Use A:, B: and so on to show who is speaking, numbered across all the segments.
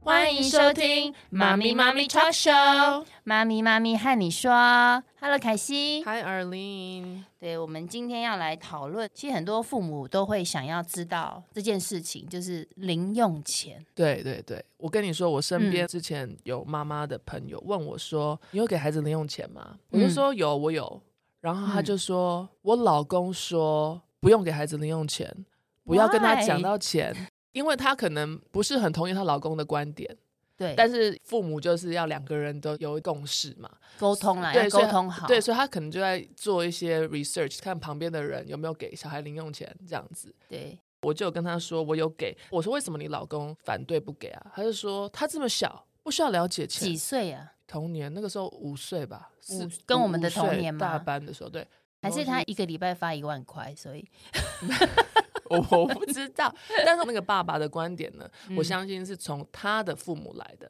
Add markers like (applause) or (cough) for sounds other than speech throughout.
A: 欢迎收听《妈咪妈咪 Talk Show》。
B: 妈咪妈咪和你说，Hello，凯西。
A: Hi Arlene，
B: 对，我们今天要来讨论，其实很多父母都会想要知道这件事情，就是零用钱。
A: 对对对，我跟你说，我身边之前有妈妈的朋友问我说：“你有给孩子零用钱吗？”我就说：“有，我有。”然后他就说：“我老公说不用给孩子零用钱，不要跟他讲到钱，因为他可能不是很同意她老公的观点。”
B: 对，
A: 但是父母就是要两个人都有共识嘛，
B: 沟通啦，
A: 对
B: 要
A: 所以
B: 沟通好。
A: 对，所以他可能就在做一些 research，看旁边的人有没有给小孩零用钱这样子。
B: 对
A: 我就有跟他说我有给，我说为什么你老公反对不给啊？他就说他这么小，不需要了解
B: 几
A: 钱。
B: 岁啊？
A: 童年那个时候五岁吧，是
B: 五跟我们的童年吗
A: 大班的时候，对，
B: 还是他一个礼拜发一万块？所以
A: 我我不知道。 (laughs) 但是那个爸爸的观点呢，
B: 嗯
A: 我相信是从他的父母来的，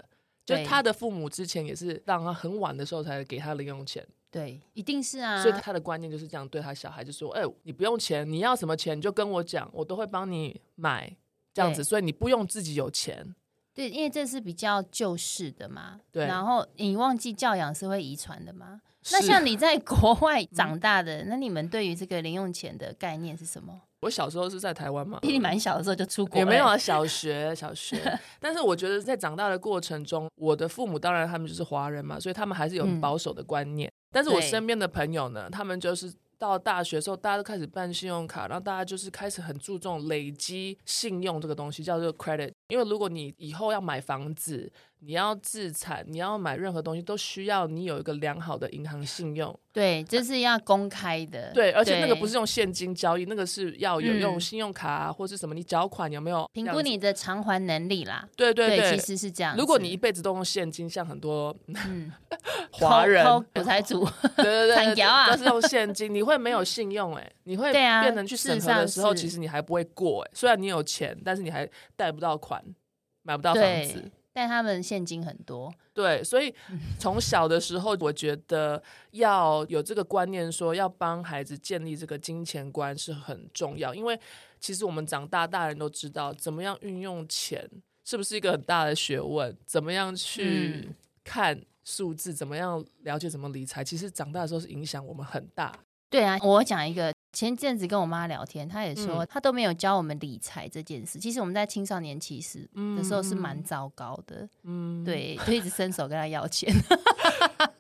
A: 就
B: 对
A: 他的父母之前也是让他很晚的时候才给他零用钱。
B: 对，一定是啊
A: 所。以他的观念就是这样对他小孩，就说：“哎、你不用钱，你要什么钱你就跟我讲，我都会帮你买。”这样子，
B: 对
A: 所以你不用自己有钱。
B: 对，因为这是比较旧式的嘛。
A: 对
B: 然后你忘记教养是会遗传的嘛？那
A: 是嗯
B: 像你在国外长大的，那你们对于这个零用钱的概念是什么？
A: 我小时候是在台湾嘛，
B: 因为你蛮小的时候就出国了，
A: 嗯也没有啊，小学小
B: (laughs)
A: 学。但是我觉得在长大的过程中，我的父母当然他们就是华人嘛，所以他们还是有
B: 嗯
A: 保守的观念。但是我
B: 对
A: 身边的朋友呢，他们就是。到大学的时候，大家都开始办信用卡，然后大家就是开始很注重累积信用这个东西，叫做 credit。因为如果你以后要买房子，你要自产，你要买任何东西，都需要你有一个良好的银行信用。
B: 对，就是要公开的。
A: 对，而且那个不
B: 呃对
A: 是用现金交易，那个是要有
B: 嗯
A: 用信用卡、啊或是什么，你缴款有没有
B: 评
A: 这
B: 估
A: 样子
B: 你的偿还能力啦。
A: 对对对，
B: 其实是这样子。
A: 如果你一辈子都用现金，像很多
B: 嗯，
A: (laughs) 华人，
B: 抠抠韭菜族，
A: (laughs) 对对对
B: 砍
A: 对，
B: 掉啊
A: 都是用现金，你会没有信用哎、你会
B: 对啊
A: 变成去审核的时候，
B: 事实上是
A: 其实你还不会过哎、虽然你有钱，但是你还贷不到款，买不到房子
B: 对。，但他们现金很多。
A: 对，所以从小的时候，我觉得要有这个观念说要帮孩子建立这个金钱观是很重要，因为其实我们长大，大人都知道怎么样运用钱，是不是一个很大的学问？怎么样去
B: 嗯
A: 看数字？怎么样了解怎么理财？其实长大的时候是影响我们很大。
B: 对啊，我讲一个，前阵子跟我妈聊天，她也说、
A: 嗯
B: 她都没有教我们理财这件事。其实我们在青少年期时的时候是蛮糟糕的，
A: 嗯，
B: 对，就一直伸手跟她
A: (laughs)
B: 要钱。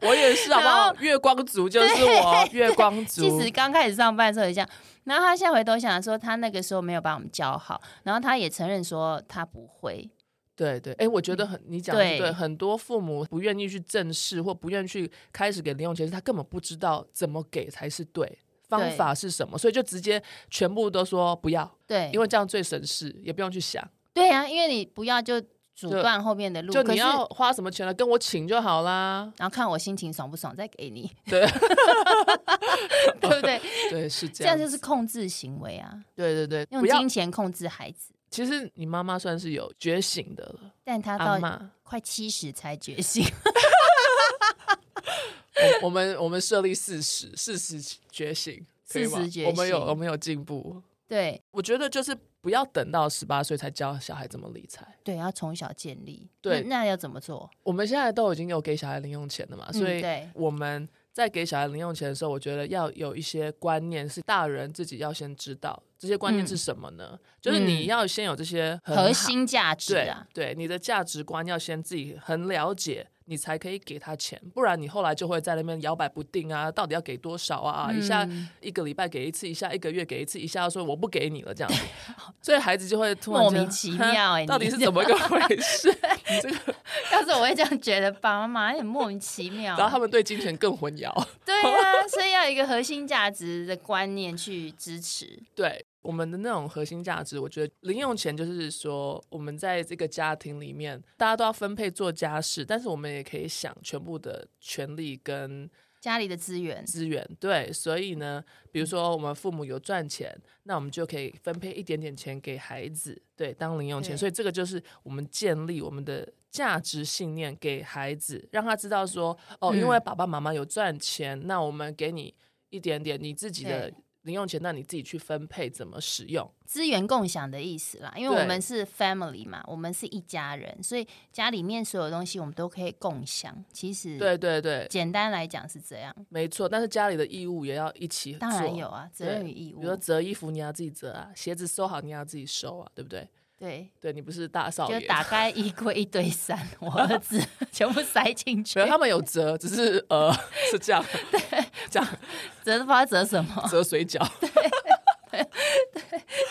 A: 我也是，好不
B: 然
A: 好
B: 后？
A: 月光族就是我，月光族
B: 即。使刚开始上班的时候也这样，然后她现在回头想说，她那个时候没有把我们教好，然后她也承认说她不会。
A: 对对，哎，我觉得很，你讲的是对，
B: 嗯对
A: 很多父母不愿意去正视或不愿意去开始给零用钱，是他根本不知道怎么给才是对，方
B: 对
A: 法是什么，所以就直接全部都说不要，
B: 对，
A: 因为这样最省事，也不用去想，
B: 对啊，因为你不要就阻
A: 对
B: 断后面的路，
A: 就
B: 可
A: 你
B: 是
A: 要花什么钱了，跟我请就好啦。
B: 然后看我心情爽不爽再给你，
A: (laughs) 对
B: (laughs) 对不对？
A: 对，是哦这
B: 这
A: 样
B: 样
A: 子，
B: 就是控制行为啊，
A: 对对对，
B: 用
A: 不要
B: 金。钱控制孩子。
A: 其实你妈妈算是有觉醒的了，
B: 但他
A: 阿
B: 到
A: 妈。
B: 快七十才觉醒， (laughs)
A: 我我们我们设立四十，四十觉醒，可以吗
B: 40觉醒
A: 我们有我们有进步。
B: 对
A: 我觉得就是不要等到十八岁才教小孩怎么理财。
B: 对，要从小建立。
A: 对
B: 那那要怎么做？
A: 我们现在都已经有给小孩零用钱了嘛，所
B: 嗯、
A: 以
B: 对
A: 我们在给小孩零用钱的时候，我觉得要有一些观念是大人自己要先知道。这些观念是什么呢？就是你要先有这些很好
B: 嗯核心价值
A: 对
B: 啊，
A: 对，你的价值观要先自己很了解，你才可以给他钱，不然你后来就会在那边摇摆不定啊，到底要给多少啊？一下
B: 嗯
A: 一个礼拜给一次，一下一个月给一次，一下说我不给你了这样子， (laughs) 所以孩子就会突然
B: 莫
A: 间
B: 名其
A: 哈 (laughs)
B: 妙欸
A: 到底
B: 你
A: 是怎么个回
B: (laughs)
A: 事？你这个，
B: 要是我会这样觉得，爸爸妈妈也很莫名其妙。啊
A: 然后他们对金钱更混淆。 (laughs)
B: 对啊，所以要有一个核心价值的观念去支持。
A: 对我们的那种核心价值，我觉得零用钱就是说，我们在这个家庭里面，大家都要分配做家事，但是我们也可以想全部的权利跟
B: 家里的资源，
A: 资源。对，所以呢，比如说我们父母有赚钱，那我们就可以分配一点点钱给孩子，对，当零用钱。
B: 对
A: 所以这个就是我们建立我们的。价值信念给孩子，让他知道说，哦，
B: 嗯
A: 因为爸爸妈妈有赚钱，那我们给你一点点你自己的
B: 对
A: 零用钱，那你自己去分配怎么使用。
B: 资源共享的意思啦，因为我
A: 对
B: 们是 family 嘛，我们是一家人，所以家里面所有东西我们都可以共享。其实，
A: 对对对，
B: 简单来讲是这样，
A: 没错。但是家里的义务也要一起做，
B: 当然有啊，责任与义
A: 比
B: 务
A: 如。说折衣服你要自己折啊，鞋子收好你要自己收啊，对不对？
B: 对，
A: 对你不是大少
B: 就
A: 爷，
B: 打开衣柜一堆衫， (laughs) 我儿子
A: (laughs)
B: 全部塞进去
A: 没有，他们有
B: (laughs)
A: 折，只是呃是这样，对，这样
B: 折都不知道折什
A: (laughs)
B: 么，
A: 折水饺，
B: 哦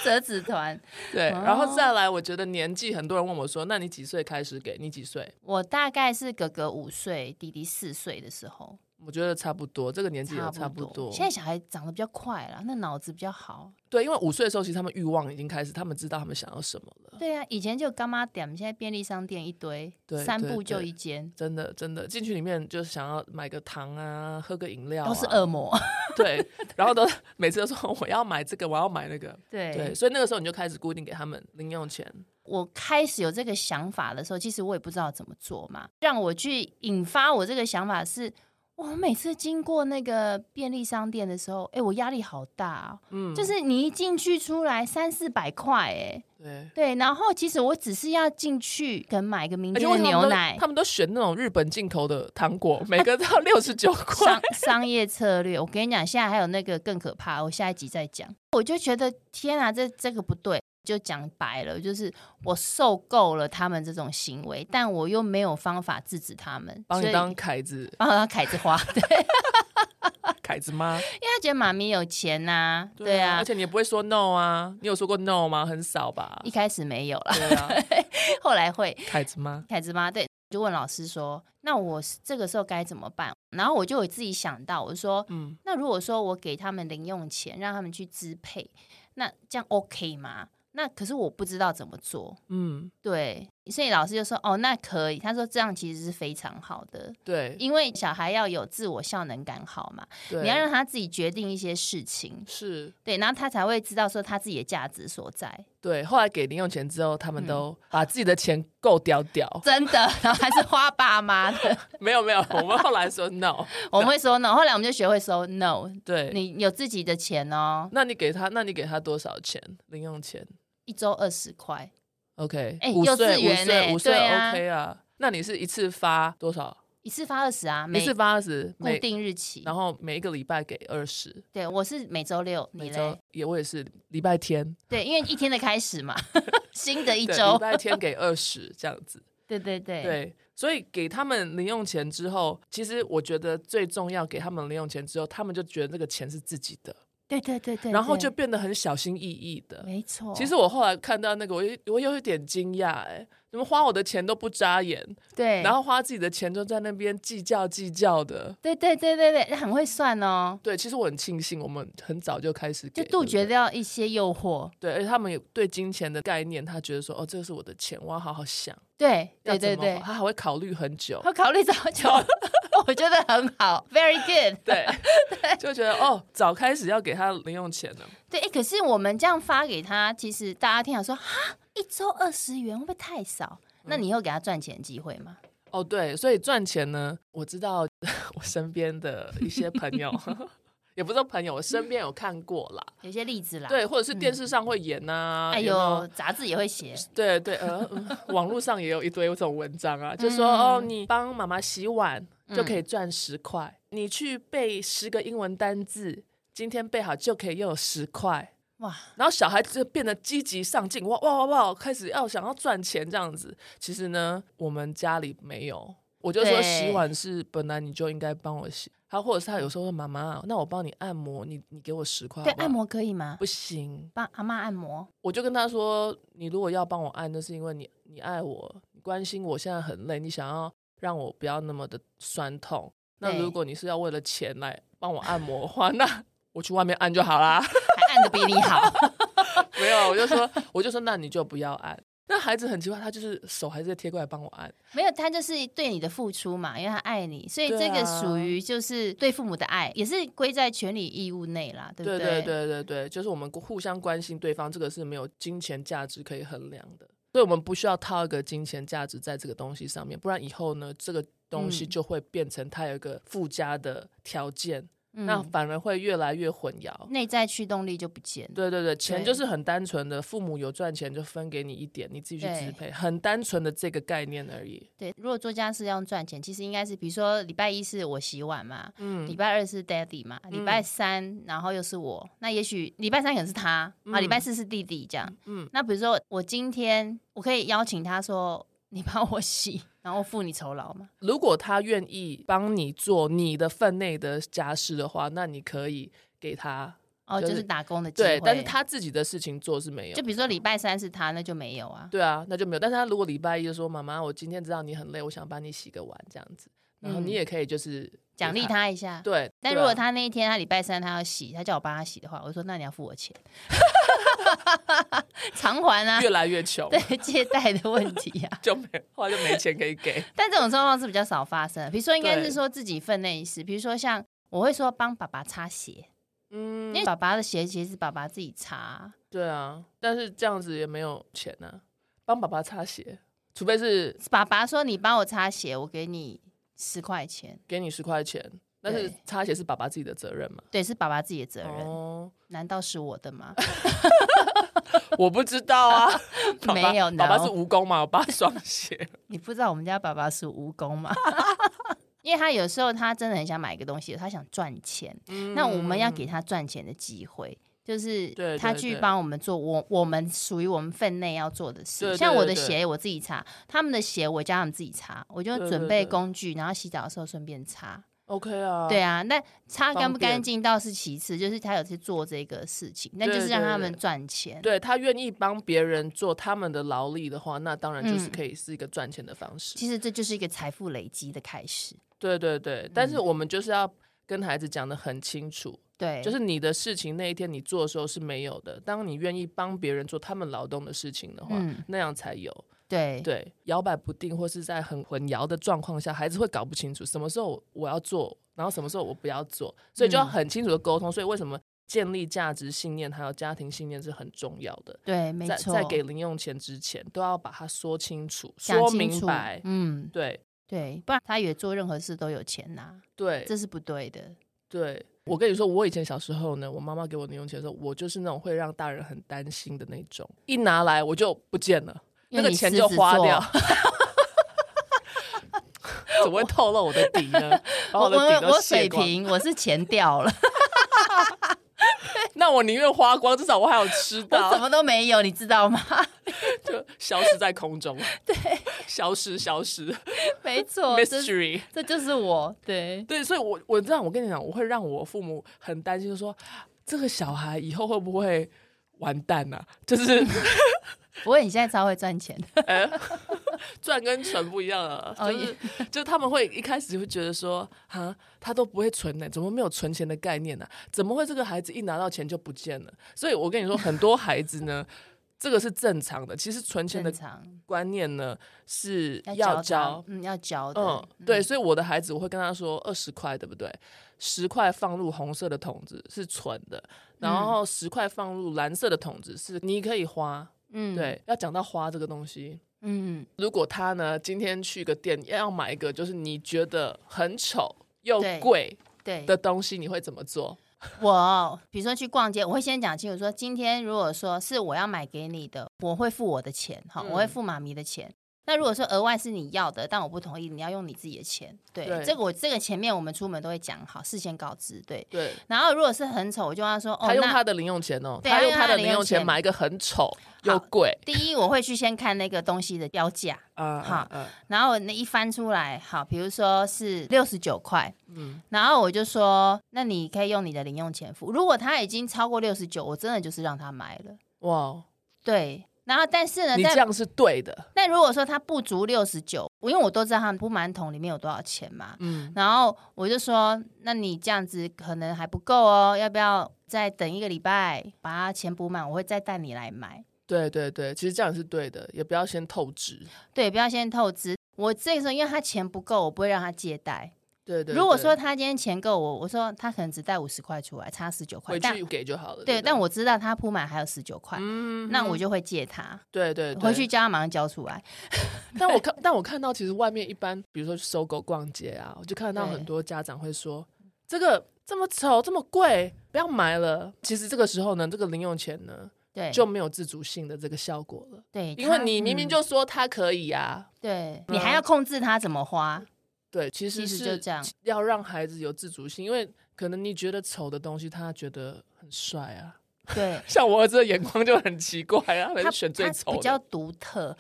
B: 折纸团。
A: 对。
B: 哦
A: 然后再来，我觉得年纪，很多人问我说，那你几岁开始给？你几岁？
B: 我大概是哥哥五岁，弟弟四岁的时候，
A: 我觉得差不多，这个年纪也
B: 差
A: 差不
B: 不
A: 多。
B: 现在小孩长得比较快啦，那脑子比较好。
A: 对，因为五岁的时候，其实他们欲望已经开始，他们知道他们想要什么了。
B: 对啊，以前就干妈点，现在便利商店一堆，
A: 对
B: 三
A: 对
B: 步就
A: 对
B: 一间，
A: 真的，真的，进去里面就想要买个糖啊，喝个饮料、啊，
B: 都是恶魔。 (laughs)
A: 对，然后都每次都说 (laughs) 我要买这个，我要买那个，
B: 对
A: 对，所以那个时候你就开始固定给他们零用钱，
B: 我开始有这个想法的时候，其实我也不知道怎么做嘛。让我去引发我这个想法是，我每次经过那个便利商店的时候，哎、我压力好大、哦，
A: 嗯，
B: 就是你一进去出来三四百块，哎，
A: 对。
B: 对，然后其实我只是要进去可能买个明
A: 而且
B: 天
A: 为
B: 的
A: 什么
B: 牛
A: 都
B: 奶。
A: 他们都选那种日本进口的糖果，每个都要六十九块
B: 商。商业策略，我跟你讲，现在还有那个更可怕，我下一集再讲。我就觉得天啊，这这个不对。就讲白了，就是我受够了他们这种行为，但我又没有方法制止他们，
A: 帮
B: 所
A: 你
B: 以
A: 当凯子，
B: (laughs) 帮他凯子
A: (laughs)
B: 花，对，
A: 凯子妈，
B: 因为他觉得妈咪有钱呐、对啊
A: 而，且你也不会说 no 啊，你有说过 no 吗？很少吧
B: 一，开始没有了，
A: 对啊，
B: (laughs) 后来会，
A: 凯子
B: (laughs)
A: 妈，
B: 凯子妈对，就问老师说，那我是这个时候该怎么办？然后我就有自己想到，我说，
A: 嗯，
B: 那如果说我给他们零用钱，让他们去支配，那这样 OK 吗？那可是我不知道怎么做，
A: 嗯，
B: 对，所以老师就说，哦，那可以。他说这样其实是非常好的，
A: 对，
B: 因为小孩要有自我效能感，好嘛，
A: 对，
B: 你要让他自己决定一些事情，
A: 是
B: 对，然后他才会知道说他自己的价值所在，
A: 对。后来给零用钱之后，他
B: 嗯
A: 们都把自己的钱够屌
B: (laughs)
A: 屌，
B: 真的。然后还是花爸妈的，
A: 没有没有，我们后来说
B: (laughs)
A: no，
B: 我们会说 no，后来我们就学会说 no，
A: 对。
B: 你有自己的钱哦，
A: 那你给他，那你给他多少钱零用钱
B: 一周二十块，
A: ？OK，
B: 哎
A: 五
B: 幼
A: 岁
B: 稚
A: 五
B: 园
A: 岁
B: 哎
A: 五岁
B: 对啊
A: OK 啊？那你是一次发多少？
B: 一次发二十啊，
A: 一
B: 每
A: 次发二十，
B: 固
A: 每
B: 定日期
A: 然。后每一个礼拜给二十，
B: 对，我是每周六，
A: 每
B: 你
A: 周
B: 嘞？
A: 也我也是礼拜天，
B: 对，因为一天的开始嘛， (laughs) 新的一
A: 对
B: 周
A: 礼。拜天给二十这样子。
B: 对对 (laughs) 对
A: 对，所以给他们零用钱之后，其实我觉得最重要，给他们零用钱之后，他们就觉得这个钱是自己的，
B: 对对对对，
A: 然后就
B: 对
A: 变得很小心翼翼的。
B: 没错。
A: 其实我后来看到那个，我有我有一点惊讶，哎，你们花我的钱都不眨眼，
B: 对，
A: 然后花自己的钱就在那边计较计较的。
B: 对对对对对，很会算哦，
A: 对，其实我很庆幸，我们很早就开始
B: 就
A: 给
B: 杜绝
A: 对不
B: 掉一些诱惑。
A: 对对，而且他们也对金钱的概念，他觉得说，哦，这个是我的钱，我要好好想，
B: 对
A: 要
B: 对
A: 怎
B: 对
A: 么
B: 对，
A: 他还会考虑很久，
B: 我考
A: (laughs)
B: 虑早久，我觉得很好，very good。 (laughs)
A: 对，就觉得哦，早开始要给他零用钱了。
B: 对，诶可是我们这样发给他，其实大家听了说，哈，一周二十元会不会太少？那
A: 嗯
B: 你以后给他赚钱的机会吗？
A: 哦，对，所以赚钱呢，我知道 (laughs) 我身边的一些朋
B: (laughs)
A: 友，也不是说朋友，我身边有看过啦，
B: 有些例子啦，，
A: 对，或者是电视上会演呐、
B: 嗯哎
A: 有没有
B: 呦，杂志也会写，
A: 对对，呃，嗯 (laughs) 网络上也有一堆这种文章
B: (laughs)
A: 啊，就
B: 嗯
A: 说、哦，你帮妈妈洗碗就可以赚十块，你去背十个英文单字，今天背好就可以又有十块。
B: 哇，
A: 然后小孩子就变得积极上进，哇哇哇哇，开始要想要赚钱这样子。其实呢，我们家里没有，我就说
B: 对
A: 洗碗是本来你就应该帮我洗，他或者是他有时候说妈妈，那我帮你按摩，你你给我十块好
B: 对，
A: 不好
B: 按摩可以吗？
A: 不行，
B: 帮阿妈按摩，
A: 我就跟他说，你如果要帮我按，那是因为你你爱我，你关心我现在很累，你想要让我不要那么的酸痛。那
B: 对
A: 如果你是要为了钱来帮我按摩的话，那我去外面按就好啦。
B: 还按的比你好。 (laughs)
A: (laughs) 没有，啊我就说，我就说，那你就不要按。那孩子很奇怪，他就是手还是贴过来帮我按。
B: 没有，他就是对你的付出嘛，因为他爱你，所以
A: 对
B: 这个
A: 啊
B: 属于就是对父母的爱，也是归在权利义务内啦，对不
A: 对
B: 嗯对
A: 对对对对，就是我们互相关心对方，这个是没有金钱价值可以衡量的，所以我们不需要套一个金钱价值在这个东西上面，不然以后呢，这个东西
B: 嗯
A: 就会变成它有一个附加的条件，那反而会越来越混淆。
B: 内在驱动力就不见了。
A: 对对对，钱
B: 对
A: 就是很单纯的，父母有赚钱就分给你一点，你自己去支配，很单纯的这个概念而已。
B: 对，如果做家事要赚钱，其实应该是比如说礼拜一是我洗碗嘛，礼
A: 嗯，
B: 拜二是 Daddy 嘛，礼拜三然后又是我，那也许礼拜三可能是他啊，礼拜四是弟弟这样。
A: 嗯
B: 那比如说我今天我可以邀请他说，你帮我洗，然后付你酬劳嘛。
A: 如果他愿意帮你做你的分内的家事的话，那你可以给他
B: 哦，
A: 就
B: 就是是打工的机会。
A: 对，但是他自己的事情做是没有
B: 就。比如说礼拜三是他，那就没有啊。
A: 对啊，那就没有。但是他如果礼拜一就说：“妈妈，我今天知道你很累，我想帮你洗个碗这样子。”然后
B: 嗯
A: 你也可以就是
B: 奖励
A: 给他。
B: 他一下。
A: 对，
B: 但
A: 对
B: 如果
A: 啊
B: 他那一天他礼拜三他要洗，他叫我帮他洗的话，我就说那你要付我钱， (laughs) 偿还啊，
A: 越来越穷，
B: 对借贷的问题啊。 (laughs)
A: 就没后来就没钱可以给。
B: 但这种状况是比较少发生的，比如说应该
A: 对
B: 是说自己分内事，比如说像我会说帮爸爸擦鞋，
A: (laughs) 嗯
B: 因为爸爸的鞋其实是爸爸自己擦，
A: 对啊，但是这样子也没有钱啊，帮爸爸擦鞋，除非是
B: 爸爸说你帮我擦鞋，我给你十块钱，
A: 给你十块钱，但是
B: 对
A: 擦鞋是爸爸自己的责任嘛。
B: 对，是爸爸自己的责任，
A: 哦，
B: 难道是我的吗？
A: 我不知道啊， (laughs) 爸爸
B: (laughs) 没有
A: 爸爸是
B: no
A: 蜈蚣嘛，我爸双鞋，
B: 你不知道我们家爸爸是蜈蚣吗？ (laughs) 因为他有时候他真的很想买一个东西，他想赚钱， (laughs) 那我们要给他赚钱的机会，就是
A: 嗯对
B: 他
A: 对
B: 去
A: 对
B: 帮我们做我我们属于我们分内要做的事。
A: 对对
B: 像我的
A: 对对
B: 鞋我自己擦，他们的鞋我叫他们自己擦，我就
A: 对对
B: 准备
A: 对
B: 工具，然后洗澡的时候顺便擦。
A: OK 啊，
B: 对啊，那擦干
A: 方
B: 不干
A: 便
B: 净倒是其次，就是他有去做这个事情，那就
A: 对
B: 是让
A: 对
B: 他
A: 对
B: 们赚钱。
A: 对他愿意帮别人做他们的劳力的话，那当然就是
B: 嗯
A: 可以是一个赚钱的方式。
B: 其实这就是一个财富累积的开始。
A: 对对对，但是我们就是要跟孩子讲的很清楚，
B: 嗯对，
A: 就是你的事情那一天你做的时候是没有的，当你愿意帮别人做他们劳动的事情的话，
B: 嗯
A: 那样才有。
B: 对
A: 对，摇摆不定或是在很混淆的状况下，孩子会搞不清楚什么时候我要做，然后什么时候我不要做，所以就要
B: 嗯
A: 很清楚的沟通。所以为什么建立价值信念还有家庭信念是很重要的。
B: 对，没
A: 在
B: 错。
A: 在给零用钱之前，都要把它说清楚、
B: 讲
A: 说
B: 清
A: 明
B: 楚
A: 白。
B: 嗯，
A: 对
B: 对，不然他也做任何事都有钱拿，
A: 对
B: 这是不对的。
A: 对，我跟你说，我以前小时候呢，我妈妈给我零用钱的时候，我就是那种会让大人很担心的那种，一拿来我就不见了，
B: 因
A: 那
B: 为
A: 个
B: 你
A: 钱
B: 狮
A: 就
B: 子
A: 花
B: 座
A: 掉。 (laughs) 怎么会透露我的底呢？
B: (laughs)
A: 把
B: 我
A: 的底
B: 我
A: 都
B: 我
A: 泄
B: 水
A: 光。
B: 平，我是钱掉
A: (laughs)
B: 了，
A: 那我宁愿花光，至少我还有吃
B: 我什
A: 到，
B: 么都没有，你知道吗？ (laughs)
A: 就消失在空中。对，消失，消失
B: 没错，哦这
A: ，mystery。
B: 这就是我。对，
A: 对，所以我我这样，我跟你讲，我会让我父母很担心，就说这个小孩以后会不会完蛋啊？就是
B: 不过你现在超会赚钱，
A: 赚跟存不一样了，
B: 哦
A: 就是 (laughs) 就他们会一开始就会觉得说，哈，他都不会存呢、怎么没有存钱的概念呢、怎么会这个孩子一拿到钱就不见了？所以我跟你说，很多孩子呢。 (laughs) 这个是正常的，其实存钱的
B: 正常
A: 观念呢是
B: 教
A: 要
B: 他
A: 教，，
B: 嗯，要教
A: 嗯
B: 的，，
A: 对，所以我的孩子我会跟他说二十块，对不对？十块放入红色的桶子是存
B: 嗯
A: 的，然后十块放入蓝色的桶子是你可以花。
B: 嗯，，
A: 对，要讲到花这个东西，
B: 嗯，
A: 如果他呢今天去个店要买一个就是你觉得很丑又
B: 对
A: 贵
B: 对，
A: 的东西，你会怎么做？
B: 我比如说去逛街，我会先讲清楚说，今天如果说是我要买给你的，我会付我的钱，哈，
A: 嗯
B: 我会付妈咪的钱。那如果说额外是你要的，但我不同意，你要用你自己的钱。对，
A: 对
B: 这个我这个前面我们出门都会讲好，事先告知。对，
A: 对。
B: 然后如果是很丑，我就跟他说，哦，
A: 他用
B: 那
A: 他的零用钱哦，
B: 对
A: 他
B: 他
A: 用
B: 用
A: 他
B: 他
A: 的
B: 的
A: 零
B: 零
A: 用
B: 用
A: 钱
B: 钱
A: 买一个很丑又贵
B: 第一我会去先看那个东西的标价，
A: 啊
B: 好
A: 嗯
B: 然后我那一翻出来，好，比如说是六十九块，
A: 嗯
B: 嗯，然后我就说，那你可以用你的零用钱付。如果他已经超过六十九，我真的就是让他买了。
A: 哇，
B: 对，然后但是呢，
A: 你这
B: 在
A: 样是对的，
B: 那如果说它不足六十九，我因为我都知道他们不满桶里面有多少钱嘛，
A: 嗯，
B: 然后我就说，那你这样子可能还不够哦，要不要再等一个礼拜把它钱补满？我会再带你来买。
A: 对对对，其实这样是对的，也不要先透支。
B: 对，不要先透支。我这个时候因为他钱不够，我不会让他借贷。
A: 对对
B: 如果
A: 对
B: 说他今天钱够我，我说他可能只带五十块出来，差十九块，
A: 回
B: 但
A: 去给就好了。
B: 对，
A: 不
B: 但我知道他铺满还有十九块，
A: 嗯
B: 那我就会借他，
A: 对对对
B: 回去。叫他马上交出来。
A: 但我看，但我看到其实外面一般，比如说去搜狗逛街啊，我就看到
B: 对
A: 很多家长会说这个这么丑，这么贵，不要买了。其实这个时候呢，这个零用钱呢
B: 对，
A: 就没有自主性的这个效果了，
B: 对，
A: 因为
B: 他
A: 你明明、
B: 嗯
A: 就说它可以啊，
B: 对
A: 嗯
B: 你还要控制他怎么花，
A: 对， (laughs) 其实
B: 其实
A: 是
B: 就这样
A: 要让孩子有自主性，因为可能你觉得丑的东西，他觉得很帅啊。 (laughs)
B: 对，
A: 像我儿子的眼光就很奇怪啊，他
B: 他
A: 们选最
B: 他
A: 丑
B: 比较
A: 的。
B: 独特，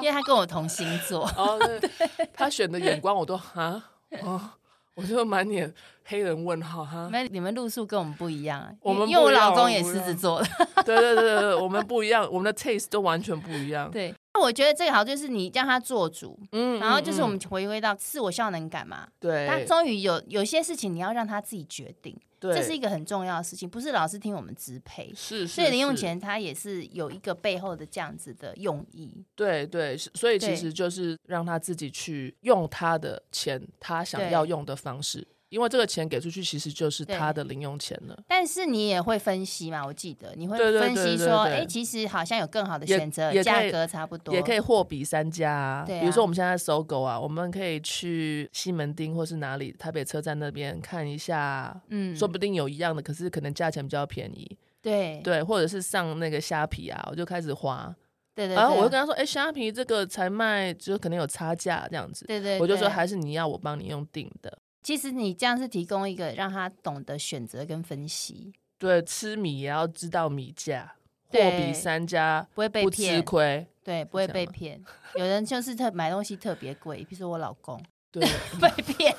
B: 因为他跟我同星
A: (laughs)
B: 座，
A: 哦，对，他选的眼光我都哈，哦，我就满脸黑人问号哈。
B: 没你们路数跟我们不一样啊，
A: 我们
B: 因为我
A: 不一样
B: 老
A: 我
B: 公
A: 们
B: 也
A: 不一
B: 狮子
A: 样
B: 座的，
A: (laughs) 对对对对，对我们不一样，我们的 taste 都完全不一样。
B: 对。那我觉得这个好就是你让他做主，
A: 嗯
B: 然后就是我
A: 嗯
B: 们回归到自我效能感嘛。他
A: 对，
B: 终于有有些事情你要让他自己决定，
A: 对
B: 这是一个很重要的事情，不是老是听我们支配。
A: 是，
B: 所以
A: 是
B: 零用，
A: 是
B: 钱它也是有一个背后的这样子的用意。
A: 对对，是所以其
B: 对
A: 实就是让他自己去用他的钱，他想
B: 对
A: 要用的方式，因为这个钱给出去其实就是
B: 对
A: 他的零用钱了。
B: 但是你也会分析嘛？我记得你会
A: 对对对
B: 分析
A: 对
B: 说，
A: 对
B: 哎，其实好像有更好的
A: 也
B: 选择
A: 也，可
B: 价
A: 以
B: 格差不多，
A: 也可以货比三家、啊，
B: 对啊
A: 比如说我们现在在搜狗啊，我们可以去西门町或是哪里台北车站那边看一下，
B: 嗯，
A: 说不定有一样的，可是可能价钱比较便宜，
B: 对
A: 对，或者是上那个虾皮啊，我就开始花，
B: 对对，
A: 然后我就
B: 对
A: 跟他说，哎、虾皮这个才卖，就可能有差价这样子，
B: 对对，
A: 我就说
B: 对
A: 还是你要我帮你用订的，
B: 其实你这样是提供一个让他懂得选择跟分析，
A: 对，吃米也要知道米价，货
B: 对
A: 比三家，
B: 不会被
A: 不吃
B: 骗，
A: 亏，
B: 对，不会
A: 这样
B: 被
A: 吗
B: 骗。有人就是特买东西特别贵，比如说我老公
A: 对， (laughs)
B: 被骗，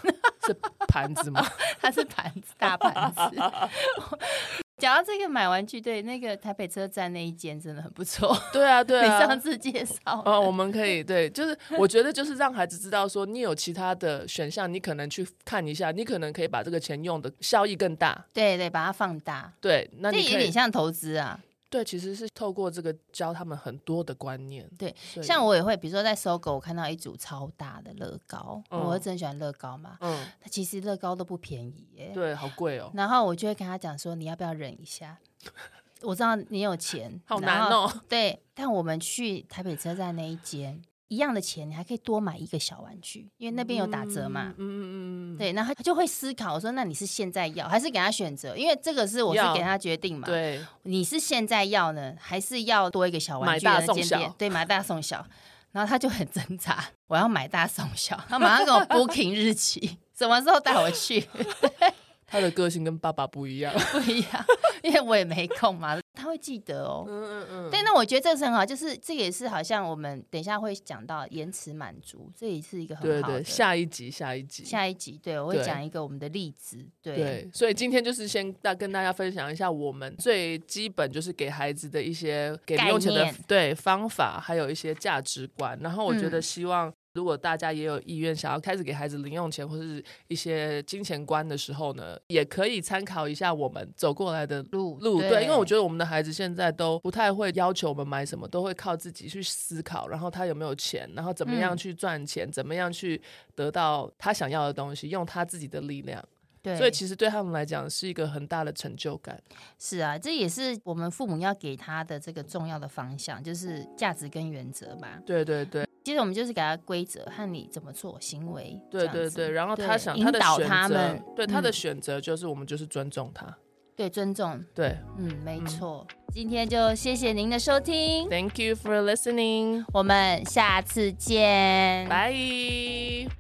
A: 是盘子嘛，
B: 他是盘子大盘子。 (laughs) 讲到这个买玩具，对，那个台北车站那一间真的很不错，
A: 对啊，对
B: 你
A: 啊，
B: 上次介绍的。
A: 哦，我们可以对，就是我觉得就是让孩子知道说，你有其他的选项，你可能去看一下，你可能可以把这个钱用的效益更大。
B: 对对，把它放大，
A: 对，那
B: 这
A: 你
B: 也有
A: 可
B: 点
A: 以
B: 像投资啊。
A: 对，其实是透过这个教他们很多的观念。
B: 对
A: 所以，
B: 像我也会，比如说在搜狗，我看到一组超大的乐高，
A: 嗯
B: 我儿子很喜欢乐高嘛，
A: 嗯，
B: 那其实乐高都不便宜耶。
A: 对，好贵哦，
B: 然后我就会跟他讲说，你要不要忍一下？ (laughs) 我知道你有钱，
A: 好难
B: 嗯然后。
A: 哦。
B: 对，但我们去台北车站那一间，一样的钱，你还可以多买一个小玩具，因为那边有打折嘛。
A: 嗯嗯嗯嗯，
B: 对，然后他就会思考，我说那你是现在要，还是给他选择？因为这个是我是
A: 要
B: 给他决定嘛。，
A: 对
B: 你是现在要呢，还是要多一个小玩具
A: 买
B: 的
A: 大
B: 那
A: 送
B: 间店
A: 小
B: 对，买大送小。然后他就很挣扎，我要买大送小，他马上给我 booking 日期，什么时候带我去？
A: 他的个性跟爸爸不一
B: (laughs)
A: 样。
B: 不一样，因为我也没空嘛，他会记得哦。
A: 嗯嗯嗯，
B: 对，那我觉得这个是很好，就是这个也是好像我们等一下会讲到延迟满足，这也是一个很
A: 对
B: 好的。
A: 对，下一集，下一集，
B: 下一集，对我会
A: 对
B: 讲一个我们的例子，对
A: 对，所以今天就是先大跟大家分享一下我们最基本就是给孩子的一些给零用钱
B: 概
A: 的
B: 念
A: 对方法，还有一些价值观。然后我觉得
B: 嗯
A: 希望。如果大家也有意愿想要开始给孩子零用钱或是一些金钱观的时候呢，也可以参考一下我们走过来的
B: 路
A: 路。
B: 对
A: 对，因为我觉得我们的孩子现在都不太会要求我们买什么，都会靠自己去思考，然后他有没有钱，然后怎么样
B: 嗯
A: 去赚钱，怎么样去得到他想要的东西，用他自己的力量。
B: 对，
A: 所以其实对他们来讲是一个很大的成就感。
B: 是啊，这也是我们父母要给他的这个重要的方向，就是价值跟原则吧。
A: 对对对
B: 其实我们就是给他规则和你怎么做行为，
A: 对
B: 这样
A: 对
B: 子
A: 对，然后
B: 对
A: 他想
B: 引
A: 他的
B: 导
A: 选
B: 他
A: 择
B: 们，，
A: 对他的
B: 嗯
A: 选择就是我们就是尊重他。
B: 对尊重，
A: 对
B: 嗯，没
A: 嗯
B: 错。今天就谢谢您的收听，
A: ，Thank you for listening，
B: 我们下次见，
A: 拜。